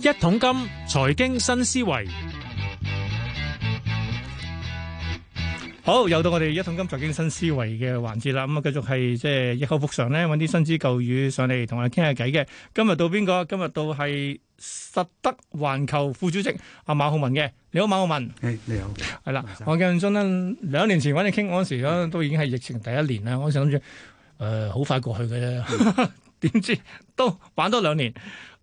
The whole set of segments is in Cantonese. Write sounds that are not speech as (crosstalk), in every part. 一桶金財經新思維，好，又到我哋一桶金財經新思維嘅環節啦。咁啊，繼續係即係一口復常咧，揾啲新知舊語上嚟同我哋傾下偈嘅。今日到邊個？今日到係實德環球副主席阿馬浩文嘅。你好，馬浩文。誒你好，係啦唔，使我嘅印象咧，兩年前揾你傾嗰陣時咧，都已經係疫情第一年啦。我嗰時諗住誒好快過去嘅啫， (laughs) 點知都玩多兩年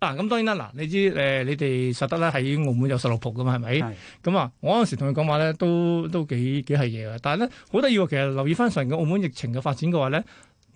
啊！咁當然啦，嗱，你知誒、呃你哋實德咧喺澳門有十六鋪噶嘛，係咪？係咁啊，我嗰陣時同佢講話咧，都都幾幾係嘢嘅。但係咧，好得意喎，其實留意翻成個澳門疫情嘅發展嘅話咧，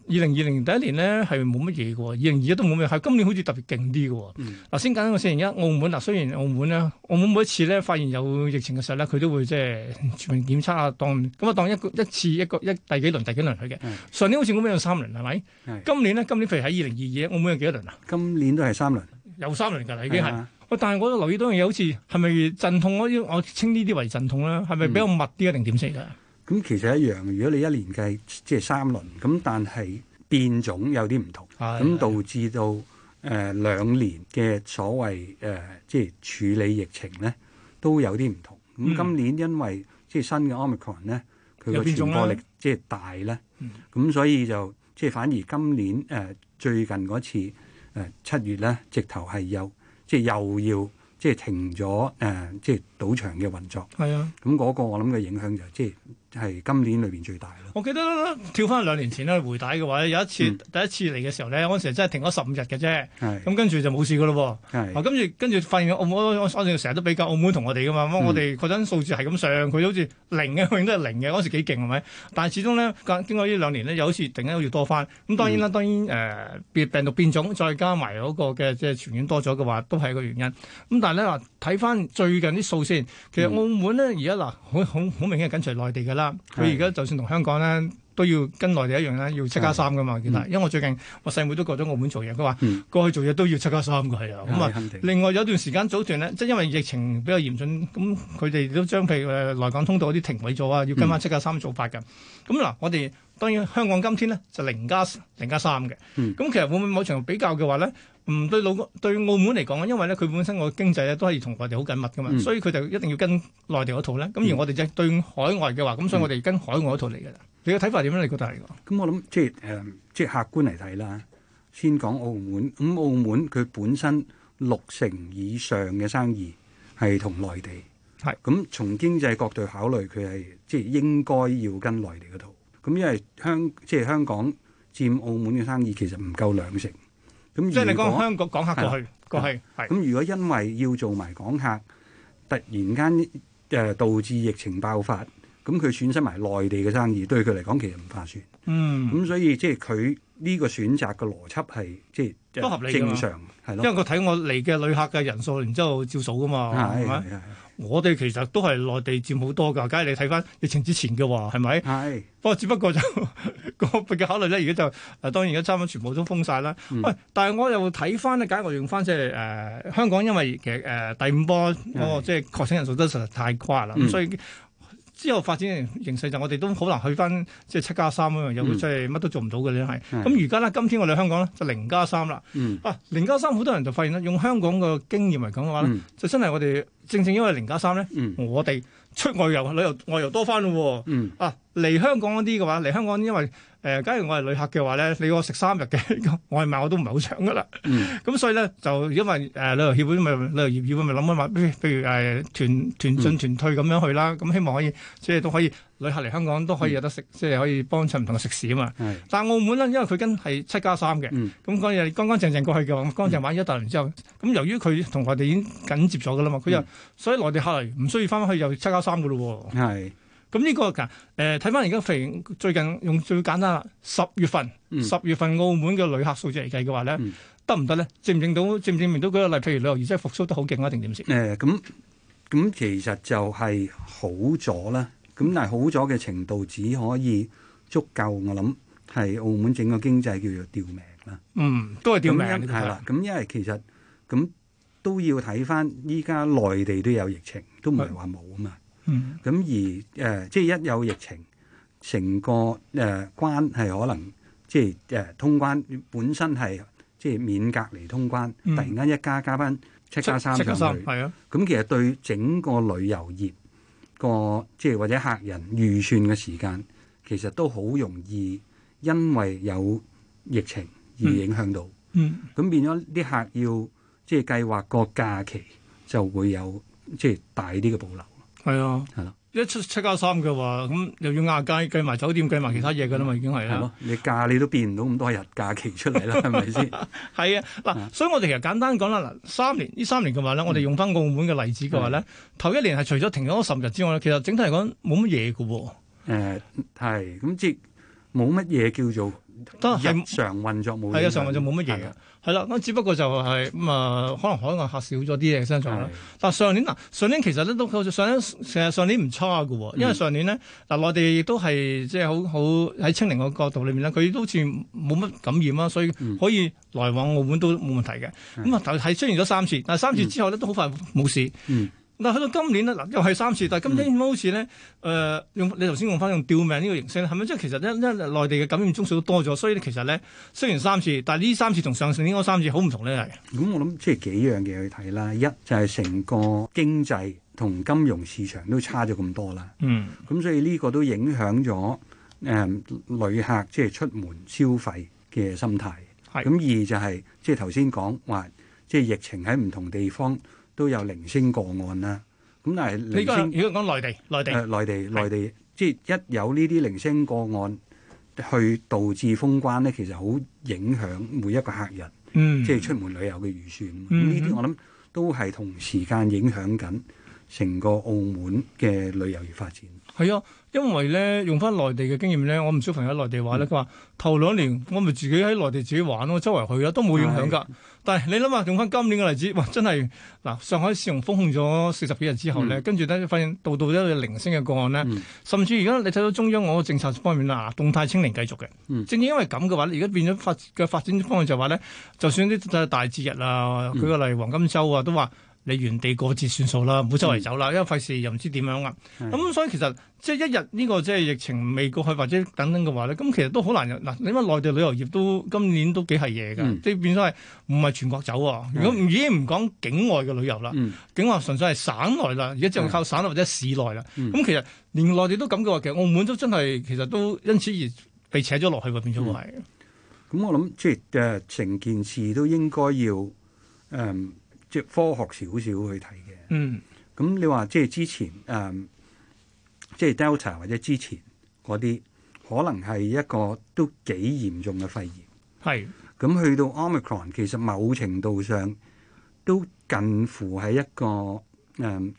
二零二零第一年咧係冇乜嘢嘅喎，二零二一都冇乜嘢，係今年好似特別勁啲嘅喎。嗯嗱，先講個先，而家澳門嗱，雖然澳門咧，澳門每一次咧發現有疫情嘅時候咧，佢都會即係 (laughs) 全面檢測啊，當咁啊當一個一次一個一第幾輪第幾輪去嘅。係上年好似澳門有三輪係咪？嗯係，今年咧，今年譬如喺二零二二，澳門有幾多輪啊？今年都係三輪，有三輪㗎啦，已經係係。啊喂，但係我留意到一樣嘢，好似係咪陣痛？我我稱呢啲為陣痛啦，係咪比較密啲啊？定點先㗎？咁其實一樣。如果你一年計即係三輪，咁但係變種有啲唔同，係咁導致到誒、呃、兩年嘅所謂誒、呃即係處理疫情咧都有啲唔同。嗯咁今年因為即係新嘅 omicron 咧，佢有個變種傳啦播力即係大咧嗯，咁所以就即係反而今年誒、呃最近嗰次誒呃七、月咧，直頭係有即係又要即係停咗誒、呃即係賭場嘅運作。係啊。咁嗰個我諗嘅影響就即係係今年裏邊最大咯。我記得跳翻兩年前咧回帶嘅話咧，有一次、嗯第一次嚟嘅時候咧，嗰陣時真係停咗十五日嘅啫，係咁跟住就冇事噶咯喎。啊，係跟住跟住發現澳門，我我我成日都比較澳門同我哋噶嘛，咁、嗯我哋嗰陣數字係咁上，佢好似零嘅，永遠都係零嘅，嗰時幾勁係咪？但係始終咧，經經過呢兩年咧，又好似突然間好似多翻。咁當然嗯啦，當然誒、呃變病毒變種，再加埋嗰個嘅即係傳染多咗嘅話，都係一個原因。咁但係咧嗱，睇翻最近啲數先，其實嗯澳門咧而家嗱，好好好明顯係緊隨內地㗎啦。佢而係家就算同香港咧。都要跟內地一樣啦，要七加三㗎嘛，我記得。嗯因為我最近我細妹都過咗澳門做嘢，佢話嗯過去做嘢都要七加三㗎，係啊。咁係啊，肯定另外有段時間早段咧，即係因為疫情比較嚴峻，咁佢哋都將譬如誒來港通道嗰啲停位咗啊，要跟翻七加三做法㗎。咁嗱，我哋當然香港今天咧就零加零加三嘅。咁、嗯其實會唔會某程度比較嘅話咧，唔對老對澳門嚟講，因為咧佢本身個經濟咧都係同內地好緊密噶嘛，嗯所以佢就一定要跟內地嗰套咧。咁而嗯我哋就對海外嘅話，咁所以我哋跟海外嗰套嚟㗎啦。你嘅睇法點樣？你覺得係㗎？咁我諗即係誒、即係客觀嚟睇啦。先講澳門，咁澳門佢本身六成以上嘅生意係同內地，係咁從經濟角度考慮，佢係即係應該要跟內地嗰度。咁因為香即係香港佔澳門嘅生意其實唔夠兩成。咁即係你如果講香港港客過去過去係咁如果因為要做埋港客，突然間誒、呃、導致疫情爆發，咁佢損失埋內地嘅生意，對佢嚟講其實唔划算。咁、嗯，所以即係佢呢個選擇嘅邏輯係即係都合理㗎嘛正常係因為佢咯，睇我嚟嘅旅客嘅人數，然之後照數㗎嘛，係係咪？啊係係我哋其實都係內地佔好多㗎，梗係你睇翻疫情之前嘅嗯話，係咪？係不過只不過就 (laughs) 個別嘅考慮咧，而家就誒、呃、當然而家差唔多全部都封晒啦。嗯喂、但係我又睇翻咧，假如我用翻即係誒香港，因為其實誒、呃第五波嗰、個係即係確診人數都實在太誇啦，咁、嗯所以。之後發展嘅形勢就我哋都好難去翻即係七加三嗰樣嘢，嗯即係乜都做唔到嘅咧係。係咁而家咧，今天我哋香港咧就零加三啦。嗯啊，零加三好多人就發現啦，用香港嘅經驗嚟講嘅話咧，嗯就真係我哋正正因為零加三咧，嗯我哋出外遊旅遊外遊多翻咯喎。嗯啊，嚟香港嗰啲嘅話，嚟香港因為誒、呃假如我係旅客嘅話咧，你要我食三日嘅 (laughs) 外賣我都唔係好想噶啦。嗯咁所以咧就因為誒、呃旅遊協會咪旅遊業協會咪諗緊話，譬如譬如誒、呃、團團嗯進團退咁樣去啦，咁希望可以即係都可以旅客嚟香港都可以有得食，即係可以幫襯唔同嘅食肆啊嘛。係但澳門咧，因為佢跟係七加三嘅，嗯咁嗰日乾乾淨淨過去嘅話，咁乾淨玩一大輪之後，咁由於佢同我哋已經緊接咗嘅啦嘛，佢又、嗯所以內地客嚟唔需要翻返去又七加三嘅咯係喎。咁呢、個嗱誒睇翻而家譬如最近用最簡單啦，十月份嗯十、月份澳門嘅旅客數字嚟計嘅話咧嗯，得唔得咧？證唔證到證唔證明到嗰個例？譬如旅遊業真係復甦得好勁啊，定點先？誒呃咁咁其實就係好咗啦，咁但係好咗嘅程度只可以足夠，我諗係澳門整個經濟叫做吊命啦。嗯，都係吊咁命因係啦，咁因為其實咁都要睇翻依家內地都有疫情，都唔係話冇啊嘛。嗯咁而誒、呃即係一有疫情，成個誒、呃、關係可能即係誒、呃通關本身係。即係免隔離通關，嗯突然間一加加翻七加三七上加三去，係啊，咁其實對整個旅遊業個即係或者客人預算嘅時間，其實都好容易因為有疫情而影響到。嗯咁變咗啲客要即係計劃個假期就會有即係大啲嘅保留，係啊，係咯，一七七加三嘅話，咁又要壓街計埋酒店計埋其他嘢㗎啦嘛，已經係啊嗯係啦咯。，你假你都變唔到咁多日假期出 (laughs) 嚟啦，係咪先？係啊，嗯嗱，所以我哋其實簡單講啦，嗱，三年呢三年嘅話咧，我哋用翻澳門嘅例子嘅話咧，頭一年係除咗停咗十日之外咧，其實整體嚟講冇乜嘢嘅喎，誒係咁即係冇乜嘢叫做都係日常運作冇影響，係啊，上運就冇乜嘢係嘅啦，係啦，咁只不過就係咁啊，可能海外客少咗啲嘢身上啦。但上年嗱，上年其實咧都好似上年其實上年唔差嘅喎，嗯因為上年咧嗱內地亦都係即係好好喺清零個角度裏面咧，佢都好似冇乜感染啦，所以嗯可以來往澳門都冇問題嘅。嗯咁啊頭係出現咗三次，但係三次之後咧都好快冇事。嗯嗱，去到今年咧，嗱又係三次，但係今年好似咧，誒、用你頭先用翻用吊命呢個形式咧，係咪即係其實咧，因為內地嘅感染宗數都多咗，所以咧其實咧雖然三次，但係呢三次同上次應該三次好唔同咧，係咁我諗即係幾樣嘢去睇啦，一就係成個經濟同金融市場都差咗咁多啦，嗯咁所以呢個都影響咗誒、旅客即係出門消費嘅心態。係咁二就係、即係頭先講話，即係疫情喺唔同地方都有零星個案啦。咁但係你零星講如果講內地內地、誒內地係內地，即係一有呢啲零星個案去導致封關咧，其實好影響每一個客人。嗯即係出門旅遊嘅預算。嗯咁呢啲我諗都係同時間影響緊成個澳門嘅旅遊業發展。係啊，因為咧用翻內地嘅經驗咧，我唔少朋友喺內地玩咧，佢話頭兩年我咪自己喺內地自己玩咯，周圍去啊，都冇影響㗎。但係你諗下，用翻今年嘅例子，哇！真係嗱，上海市容封控咗四十幾日之後咧，跟住咧發現度度都有零星嘅個案咧，嗯甚至而家你睇到中央嗰個政策方面啦，啊動態清零繼續嘅。嗯正正因為咁嘅話咧，而家變咗發嘅發展方向就係話咧，就算啲大節日啊，嗯舉個例黃金週啊，都話。你原地過節算數啦，唔好周圍走啦，因為費事又唔知點樣啊。嗯係咁所以其實即係一日呢個即係疫情未過去或者等等嘅話咧，咁其實都好難有嗱。你諗內地旅遊業都今年都幾係嘢㗎，嗯即係變咗係唔係全國走喎？如果唔已經唔講境外嘅旅遊啦，嗯，境外純粹係省內啦，而家只係靠省內或者市內啦。嗯咁其實連內地都咁嘅話，其實澳門都真係其實都因此而被扯咗落去喎，變咗會係。咁我諗即係誒成件事都應該要誒、即係科學少少去睇嘅。嗯，咁你話即係之前誒、呃即係 Delta 或者之前嗰啲，可能係一個都幾嚴重嘅肺炎。係咁去到 Omicron，其實某程度上都近乎係一個誒、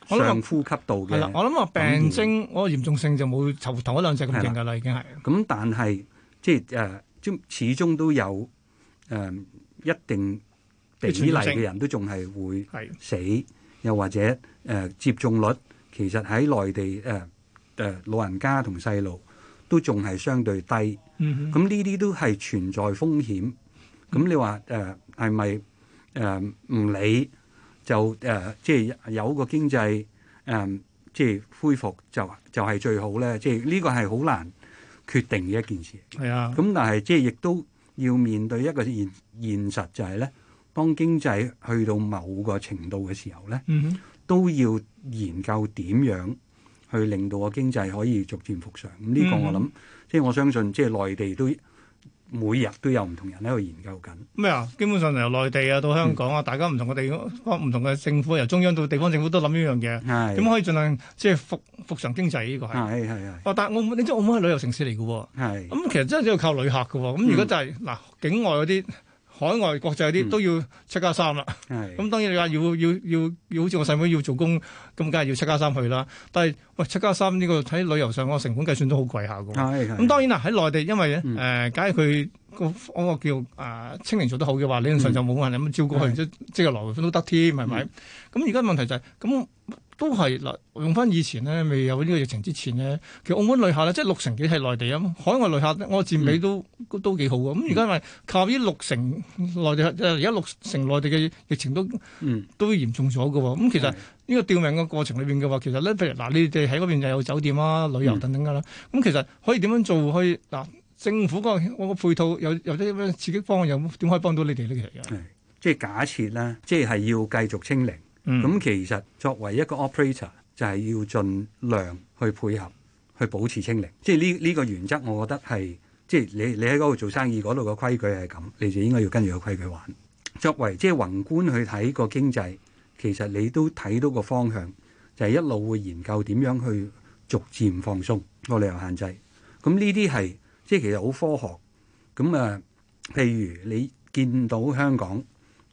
我諗上呼吸道係啦嘅，。我諗話病徵嗰個嚴重性就冇頭頭嗰兩隻咁勁㗎啦，已經係。咁但係即係誒，即係始終都有誒、一定比例嘅人都仲係會係死，又或者誒、接種率其實喺內地誒誒、老人家同細路都仲係相對低。嗯哼咁呢啲都係存在風險。咁你話誒係咪誒唔理就誒、呃即係有個經濟誒、呃即係恢復就就係最好咧？即係呢個係好難決定嘅一件事。係啊。咁但係即係亦都要面對一個現現實就係咧，當經濟去到某個程度嘅時候咧，嗯哼都要研究點樣去令到個經濟可以逐漸復常。咁呢嗯個我諗，即係我相信，即係內地都每日都有唔同人喺度研究緊。咩啊？基本上由內地啊到香港嗯啊，大家唔同嘅地方、唔同嘅政府，由中央到地方政府都諗呢樣嘢，係啊點可以盡量即係復復常經濟呢個係。係係係哦，但係澳門，你知澳門係旅遊城市嚟嘅喎，係咁其實真係都要靠旅客嘅喎。咁如果就係嗱境外嗰啲、海外國際嗰啲嗯都要七加三啦。係咁當然你話要要要要好似我細妹要做工，咁梗係要七加三去啦。但係喂七加三呢個喺旅遊上個成本計算都好貴下嘅喎。係係咁當然啦，喺內地，因為咧誒、嗯假如佢個嗰個叫啊、清零做得好嘅話，理論上就冇人咁照顧佢，係嗯即即係來回都得添，係咪？咁而家問題就係、咁都係嗱，用翻以前咧，未有呢個疫情之前咧，其實澳門旅客咧，即係六成幾係內地啊，海外旅客呢我佔比都、嗯都幾好嘅。咁而家咪靠呢六成內地，而家六成內地嘅疫情都嗯都嚴重咗嘅喎。咁其實係呢個吊命嘅過程裏邊嘅話，其實咧，譬如嗱，你哋喺嗰邊就有酒店啦、旅遊等等噶啦。咁、其實可以點樣做去嗱？政府嗰個嗰個配套有有啲咩刺激方案，有冇點可以幫到你哋呢？其實係即係假設咧，即係要繼續清零。嗯咁、其實作為一個 operator，就係要盡量去配合，去保持清零。即係呢呢個原則，我覺得係即係你你喺嗰度做生意嗰度嘅規矩係咁，你就應該要跟住個規矩玩。作為即係宏觀去睇個經濟，其實你都睇到個方向，就係、一路會研究點樣去逐漸放鬆個旅遊限制。咁呢啲係即係其實好科學。咁啊，譬如你見到香港，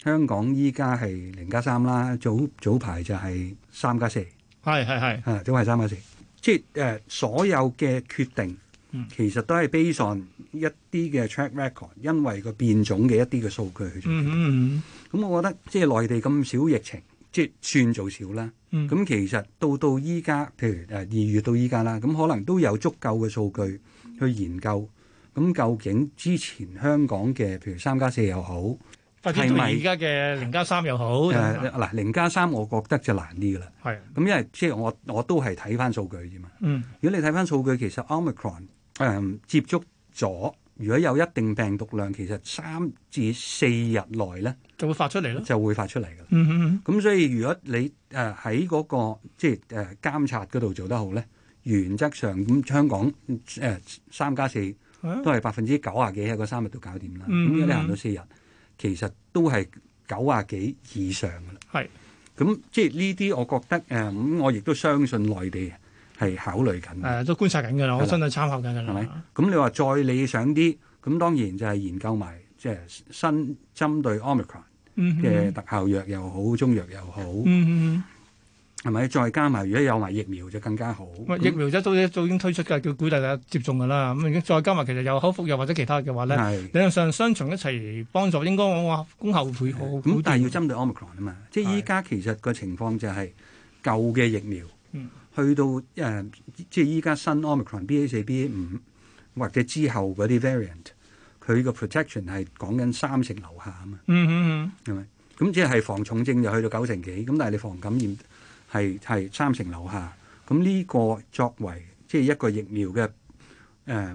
香港依家係零加三啦，早早排就係三加四，係係係，啊，早排三加四，即係誒、呃所有嘅決定嗯。其實都係 based on 一啲嘅 track record，因為個變種嘅一啲嘅數據去做。咁、嗯嗯我覺得即係內地咁少疫情，即係算做少啦。嗯，咁其實到到依家，譬如誒二月到依家啦，咁可能都有足夠嘅數據去研究，咁究竟之前香港嘅譬如三加四又好，誒發展係到咪而家嘅零加三又好，係嗱零加三，我覺得就難啲噶啦。咁因為即係我我都係睇翻數據啫嘛。嗯如果你睇翻數據，其實 omicron 誒、接觸咗，如果有一定病毒量，其實三至四日內咧就會發出嚟咯。就會發出嚟㗎啦。嗯嗯嗯，咁所以如果你誒喺嗰個即係誒監察嗰度做得好咧，原則上咁香港誒三加四啊都係百分之九啊幾喺個三日度搞掂啦。咁嗯如果你行到四日，其實都係九啊幾以上噶啦。係咁即係呢啲，我覺得誒咁、我亦都相信內地係考慮緊嘅。誒都觀察緊㗎啦，我係啦真係參考緊㗎係咪啦。？咁你話再理想啲，咁當然就係研究埋即係新針對 omicron 嗯嗯嘅特效藥又好，中藥又好。嗯嗯係咪？再加埋如果有埋疫苗就更加好。嗯，喂疫苗一早早已經推出㗎，叫鼓勵大家接種㗎啦。咁已經再加埋其實有口服藥或者其他嘅話咧，係理論上雙重一齊幫助，應該我話功效會好。咁，但係要針對 omicron 啊嘛。即係依家其實個情況就係舊嘅疫苗嗯去到誒、呃即係依家新 omicron BA 四 BA 五或者之後嗰啲 variant，佢個 protection 係講緊三成樓下啊嘛，嗯嗯嗯，係咪？咁即係防重症就去到九成幾，咁但係你防感染係係三成樓下。咁呢個作為即係一個疫苗嘅誒、呃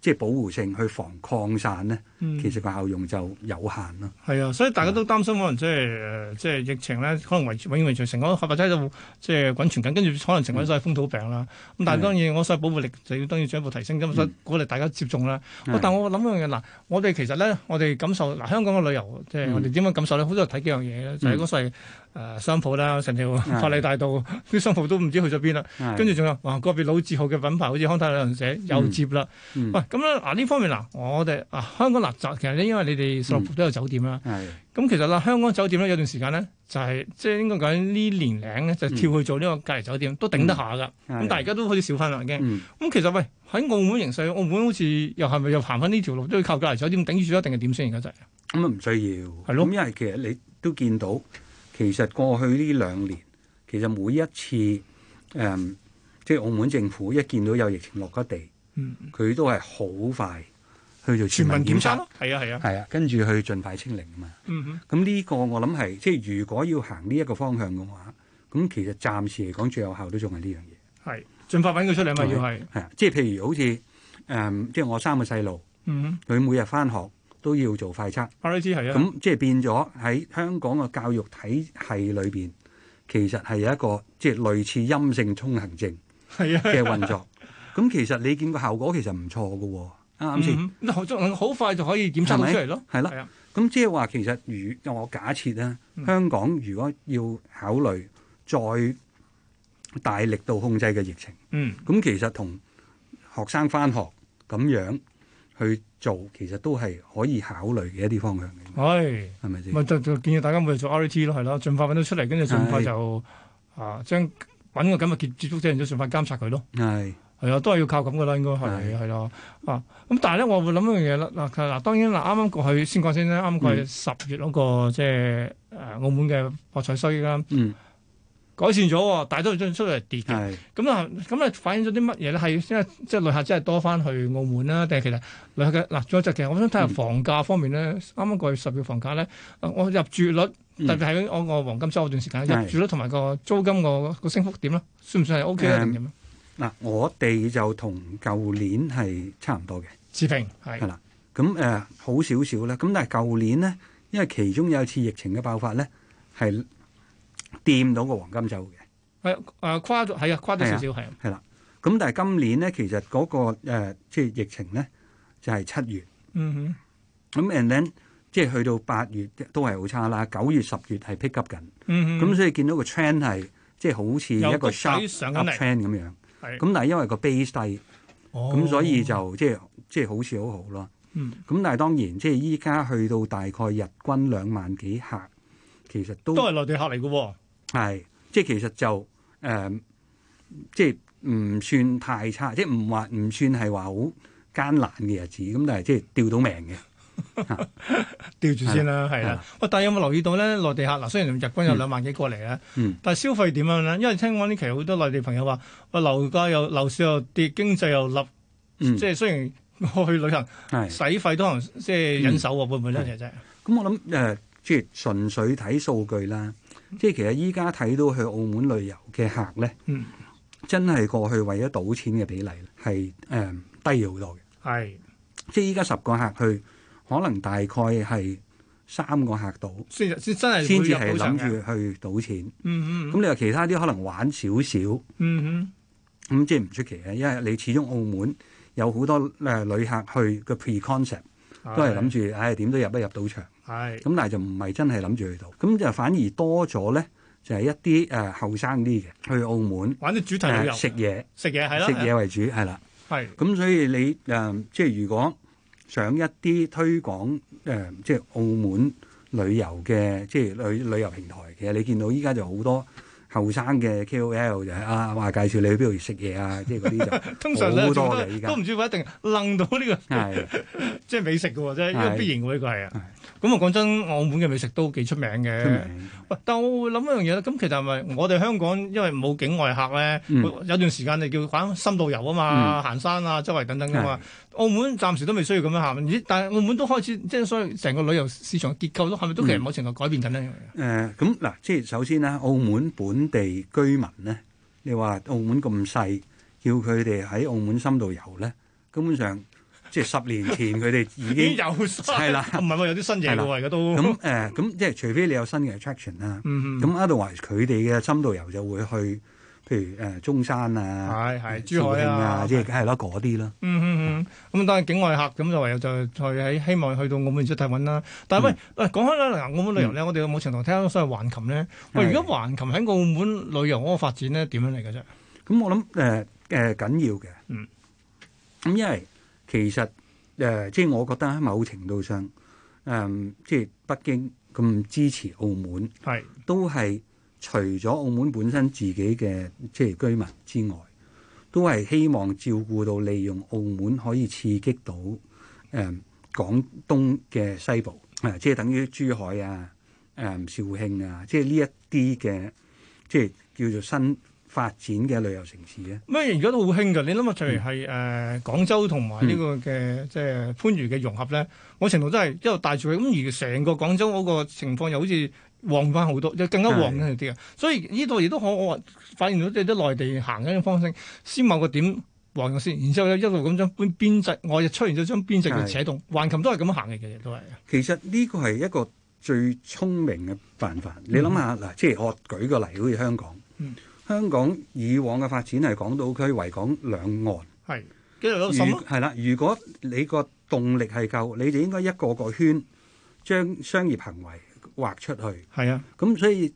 即係保護性去防擴散咧。嗯其實個效用就有限咯。係啊，所以大家都擔心可能即係誒，呃即係疫情咧，可能維持永遠維持成個或者就即係滾存緊，跟住可能成為所謂風土病啦。咁但係當然，我所謂保護力就要當然進一步提升，咁所以鼓勵大家接種啦。喂但我諗一樣嘢嗱，我哋其實咧，我哋感受嗱香港嘅旅遊，即係我哋點樣感受咧？好多人睇幾樣嘢咧，就係嗰所謂誒商鋪啦，甚至乎係法利大道啲商鋪都唔知去咗邊啦。係跟住仲有哇，個別老字號嘅品牌，好似康泰旅行社又接啦。嗯喂，咁咧嗱呢方面嗱，我哋啊香港立集其實咧，因為你哋十六都有酒店啦。係咁、其實啦，香港酒店咧有段時間咧，就係、即係應該講呢年齡咧，就跳去做呢個隔離酒店、都頂得下噶。咁、係但係而家都好似少翻啦已經。咁、嗯其實喂喺澳門形勢，澳門好似又係咪又行翻呢條路，都要靠隔離酒店頂住咗，定係點先而家就係？咁啊唔需要。咯咁因為其實你都見到，其實過去呢兩年，其實每一次誒、嗯即係澳門政府一見到有疫情落咗地，嗯佢都係好快去做全全民民檢檢測測，咯，係啊係啊，係啊，跟住去盡快清零啊嘛。嗯哼咁呢個我諗係即係如果要行呢一個方向嘅話，咁其實暫時嚟講最有效都仲係呢樣嘢。係盡快揾佢出嚟嘛，要係，係啊，即係譬如好似誒、嗯即係我三個細路，嗯哼佢每日翻學都要做快測。 ，RT 係啊，咁即係變咗喺香港嘅教育體系裏邊，其實係有一個即係類似陰性通行證係啊。嘅 (laughs) 運作。咁其實你見個效果其實唔錯嘅喎，啱唔啱先？嗯哼嗱好快就可以檢嗯測到出嚟咯。係咪係啦係啊，咁即係話其實如我假設咧，香港如果要考慮再大力度控制嘅疫情，嗯，咁其實同學生返學咁樣去做，其實都係可以考慮嘅一啲方向嘅，係，係咪先？咪就就建議大家每日做 RT 咯，係咯，盡快揾到出嚟，跟住盡快就啊將揾個咁嘅接接觸者，然之後盡快監察佢咯。係係啊，都係要靠咁噶啦，應該係係係咯啊。咁但係咧，我會諗一樣嘢啦。嗱嗱，當然嗱，啱啱過去先講先啦。啱啱過去嗯十月嗰個即係誒澳門嘅博彩收益啦，嗯改善咗喎，但係都係出嚟跌嘅。係。咁啊，咁啊反映咗啲乜嘢咧？係即係即係旅客真係多翻去澳門啦，定係其實旅客嘅嗱，仲有就其實我想睇嗯下房價方面咧，啱啱過去十月房價咧，啊我入住率嗯特別喺我個黃金周嗰段時間，係入住率同埋個租金個個升幅點咧，啊算唔算係 O K 咧定點咧？嗱，我哋就同舊年係差唔多嘅，持平係係啦。咁誒、呃好少少啦。咁但係舊年呢，因為其中有一次疫情嘅爆發呢，係掂到個黃金周嘅。係誒跨咗係啊，跨咗少少係啊係啦。咁但係今年呢，其實嗰、個、呃、即係疫情呢，就係、七月。嗯哼。咁 and then 即係去到八月都係好差啦，九月十月係 pick up 緊。咁、嗯，所以見到個 trend 係即係好似由一谷個底 sharp 上緊 up 嚟 trend 咁樣。係咁但係因為個 base 低，咁咁所以就即係即係好似好好咯。哦嗯咁但係當然即係依家去到大概日均兩萬幾客，其實都都係內地客嚟嘅喎，係，即係其實就誒、即係唔算太差，即係唔話唔算係話好艱難嘅日子，咁但係即係吊到命嘅。吊住先啦，係係啦啦。喂，但係有冇留意到咧？內地客嗱，雖然日均有嗯兩萬幾過嚟啊，嗯但係消費點樣咧？因為聽講呢期好多內地朋友話，喂，樓價又樓市又跌，經濟又立，嗯，即係雖然我去旅行係。嗯使費都可能即係忍手喎，會唔會咧？其實真係咁我諗誒、呃即係純粹睇數據啦。即係其實依家睇到去澳門旅遊嘅客咧，嗯真係過去為咗賭錢嘅比例係誒、呃低咗好多嘅。係即係依家十個客去，可能大概係三個客賭，先先真係先至會係入到場諗嘅住去賭錢。嗯嗯咁你話其他啲可能玩少少，咁嗯即係唔出奇嘅，因為你始終澳門有好多誒、呃旅客去個 pre concept 嗯，都係諗住，唉點都入一入到場。係咁但係就唔係真係諗住去到，咁就反而多咗咧，就係、一啲誒後生啲嘅去澳門玩啲主題旅誒遊，啊食嘢，食嘢係啦，食嘢為主係啦。係咁所以你誒、呃即係如果想一啲推廣誒、呃即係澳門旅遊嘅即係旅旅遊平台嘅，你見到依家就好多。後生嘅 KOL 就係啊，話介紹你去邊度食嘢啊， (laughs) 即係嗰啲就通常咧好仲多嘅都依家都唔知佢一定楞到呢個。係即係美食嘅喎，即係因為係必然嘅喎呢個係啊。咁啊講真，澳門嘅美食都幾出名出嘅。名喂，但我會諗一樣嘢咧，咁其實係咪我哋香港因為冇境外客咧，嗯有段時間你叫玩深度遊啊嘛，行山啊，周圍等等噶嘛。澳門暫時都未需要咁樣行，唔知但係澳門都開始即係所以成個旅遊市場結構都係咪都其實嗯某程度改變緊呢？誒呃咁嗱，即係首先啦，澳門本地居民咧，你話澳門咁細，叫佢哋喺澳門深度遊咧，根本上即係十年前佢哋已已經經 (laughs) 有晒係啦唔係喎，有啲新嘢嘅係喎，啦而家都 (laughs) 咁誒咁，即係除非你有新嘅 attraction 啦。嗯咁嗯 otherwise 佢哋嘅深度遊就會去，譬如誒中山啊、係係珠海肇慶啊，即係係咯嗰啲啦。嗯嗯嗯，咁當然境外客咁就唯有就去喺希望去到澳門出睇揾啦。但係嗯喂，喂講開啦，嗱，澳門旅遊咧，我哋有冇程度睇下所謂橫琴咧？喂，係而家橫琴喺澳門旅遊嗰個發展咧點樣嚟嘅啫？咁我諗誒誒緊要嘅。嗯。咁因為其實誒、呃即係我覺得喺某程度上，誒、嗯即係北京咁支持澳門，係都係除咗澳門本身自己嘅即係居民之外，都係希望照顧到利用澳門可以刺激到誒、呃、廣東嘅西部，啊即係等於珠海啊、誒、肇慶啊，即係呢一啲嘅即係叫做新發展嘅旅遊城市啊咧。咩？啊而家都好興㗎。你諗下，譬如係誒廣州同埋呢個嘅即係番禺嘅融合咧，某程度都係一路帶住佢。咁而成個廣州嗰個情況又好似旺翻好多，又更加旺緊啲嘅。所以呢度亦都可我發現到即係啲內地行緊嘅方式，先某個點旺咗先，然之後咧一路咁將邊邊際外日出現咗將邊際嘅扯動，橫琴都係咁樣行嘅，其實都係。其實呢個係一個最聰明嘅辦法。你諗下嗱，即係我舉個例，好似香港嗯，香港以往嘅發展係港島區、維港兩岸。係，跟住有啊什如麼？係啦，如果你個動力係夠，你就應該一個個圈將商業行為劃出去。係啊，咁所以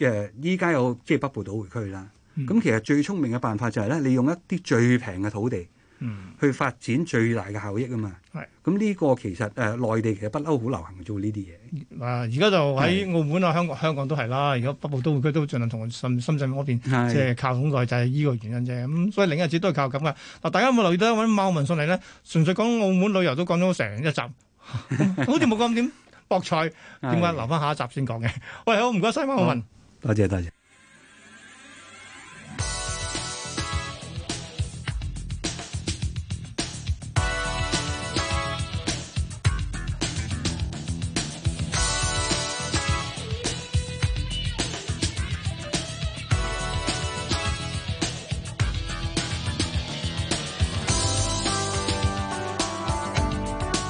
誒，依家有即係北部都會區啦。嗯咁、其實最聰明嘅辦法就係咧，你用一啲最平嘅土地嗯，去發展最大嘅效益啊嘛。係。咁呢個其實誒、內地其實不嬲好流行做呢啲嘢。嗱，而家就喺澳門啊、香港、香港都係啦。而家北部都會區都盡量同深深圳嗰邊係即係靠攏內就係依個原因啫。咁、所以另一節都係靠咁嘅。嗱，大家有冇留意到揾茂文上嚟咧？純粹講澳門旅遊都講咗成一 (laughs) 集，好似冇咁點博彩，點解係留翻下一集先講嘅？喂，好唔該晒茂文。多謝多謝。 Hãy subscribe cho kênh Ghiền Mì Gõ Để không bỏ lỡ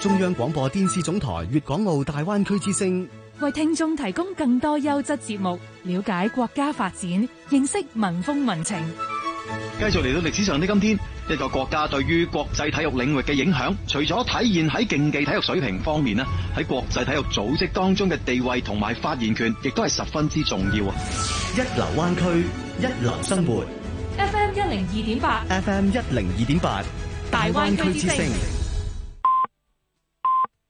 中央廣播電視總台粵港澳大灣區之聲。為聽眾提供更多優質節目，了解國家發展，認識民風民情。繼續嚟到歷史上的今天，一個國家對於國際體育領域嘅影響，除咗體現喺競技體育水平方面呢，啊喺國際體育組織當中嘅地位同埋發言權，亦都係十分之重要啊！一流灣區，一流生活。 FM 一零二點八， FM 一零二點八，大灣區之聲。